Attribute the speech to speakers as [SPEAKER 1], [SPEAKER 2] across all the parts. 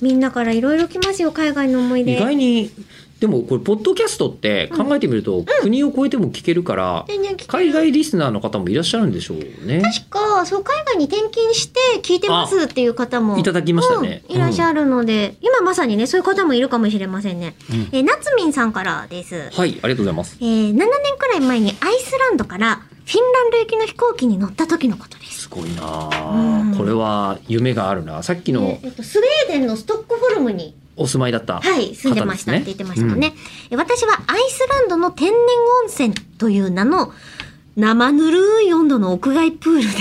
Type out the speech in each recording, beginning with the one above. [SPEAKER 1] みんなからいろいろ来ますよ海外の思い出
[SPEAKER 2] 意外にでもこれポッドキャストって考えてみると、国を越えても聞けるから、
[SPEAKER 1] 全然聞ける
[SPEAKER 2] 海外リスナーの方もいらっしゃるんでしょうね。
[SPEAKER 1] 確かそう海外に転勤して聞いてますっていう方も
[SPEAKER 2] いただきましたね
[SPEAKER 1] うんいらっしゃるので、今まさにねそういう方もいるかもしれませんね、
[SPEAKER 2] うん
[SPEAKER 1] えーなつみんさんからです、
[SPEAKER 2] はいありがとうございます。
[SPEAKER 1] えー7年くらい前にアイスランドからフィンランド行きの飛行機に乗った時のことです
[SPEAKER 2] すごいな
[SPEAKER 1] う
[SPEAKER 2] あ
[SPEAKER 1] ん
[SPEAKER 2] これは夢があるな。さっきの
[SPEAKER 1] えーっとスウェーデンのストックホルムに
[SPEAKER 2] お住まいだった方ですね。
[SPEAKER 1] はい、住んでましたって言ってましたもんね。え私はアイスランドの天然温泉という名の生ぬるい温度の屋外プールで。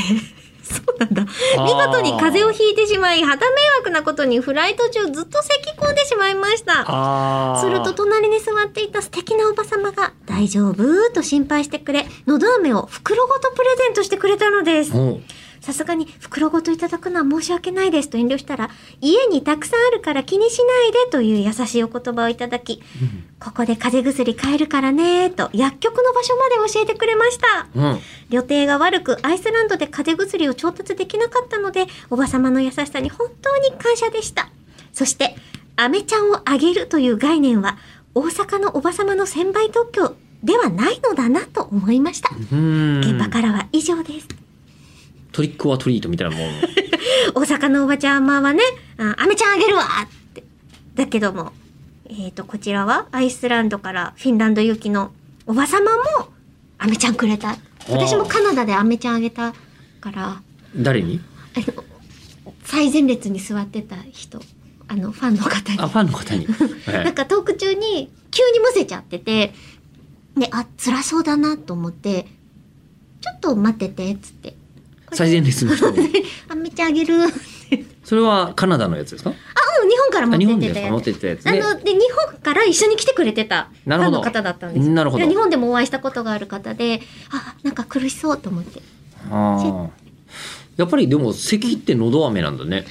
[SPEAKER 1] そうなんだ見
[SPEAKER 2] あー
[SPEAKER 1] 事に風邪をひいてしまい肌迷惑なことにフライト中ずっと咳き込んでしまいました
[SPEAKER 2] ああ。
[SPEAKER 1] すると隣に座っていた素敵なおばさまが「大丈夫?」と心配してくれのど飴を袋ごとプレゼントしてくれたのです
[SPEAKER 2] うん
[SPEAKER 1] さすがに袋ごといただくのは申し訳ないですと遠慮したら、家にたくさんあるから気にしないでという優しいお言葉をいただき、ここで風邪薬買えるからねと薬局の場所まで教えてくれました。
[SPEAKER 2] うん。
[SPEAKER 1] 予定が悪くアイスランドで風邪薬を調達できなかったので、おばさまの優しさに本当に感謝でした。そして、アメちゃんをあげるという概念は、大阪のおばさまの専売特許ではないのだなと思いました。
[SPEAKER 2] うん。
[SPEAKER 1] 現場からは以上です。
[SPEAKER 2] トリックはトリートみたいなもの。
[SPEAKER 1] 大阪のおばちゃまはね、あアメちゃんあげるわって。だけども、えっ、と、こちらはアイスランドからフィンランド行きのおばさまもアメちゃんくれた。私もカナダでアメちゃんあげたから、あ
[SPEAKER 2] 誰に？
[SPEAKER 1] の、最前列に座ってた人、あの、ファンの方に
[SPEAKER 2] あ。ファンの 方に。は
[SPEAKER 1] なん
[SPEAKER 2] い
[SPEAKER 1] かトーク中に急にむせちゃってて、で、あ、辛そうだなと思って、ちょっと待ってて、つって。
[SPEAKER 2] 最前列の人に。
[SPEAKER 1] アメちゃんあげる。
[SPEAKER 2] それはカナダのやつですか？
[SPEAKER 1] あ、うん、日本から持
[SPEAKER 2] あ
[SPEAKER 1] っ
[SPEAKER 2] 日
[SPEAKER 1] てっ
[SPEAKER 2] 本
[SPEAKER 1] て
[SPEAKER 2] で
[SPEAKER 1] たやつ
[SPEAKER 2] 持ってったやつ
[SPEAKER 1] あ
[SPEAKER 2] ね。
[SPEAKER 1] ので日本から一緒に来てくれてたフ
[SPEAKER 2] なる
[SPEAKER 1] ァ
[SPEAKER 2] ほ
[SPEAKER 1] ン
[SPEAKER 2] ど
[SPEAKER 1] の方だったんですよ
[SPEAKER 2] なるほど
[SPEAKER 1] で日本でもお会いしたことがある方であなんか苦しそうと思って
[SPEAKER 2] ああ。やっぱりでも咳って喉飴なんだね。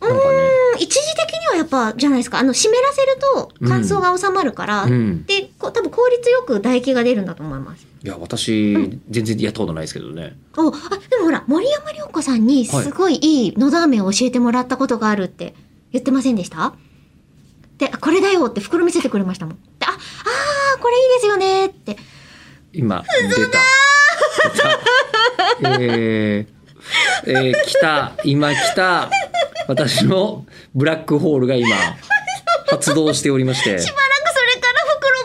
[SPEAKER 2] なんかね。
[SPEAKER 1] うん一時的にはやっぱじゃないですかあの湿らせると乾燥が収まるから、
[SPEAKER 2] うん。
[SPEAKER 1] でこう多分効率よく唾液が出るんだと思います
[SPEAKER 2] いや私、全然やったことないですけどね。
[SPEAKER 1] おあでもほら森山良子さんにすごいいいのど飴を教えてもらったことがあるって言ってませんでしたであこれだよって袋見せてくれましたもんでああーこれいいですよねって
[SPEAKER 2] 今出た。出たえー、えー、来た今来た私のブラックホールが今発動しておりまし
[SPEAKER 1] しばら
[SPEAKER 2] て。
[SPEAKER 1] くそれから袋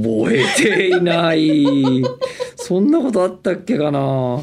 [SPEAKER 1] ごと飴持ってたもん珍しいですねってなった
[SPEAKER 2] 覚えていない。そんなことあったっけかな。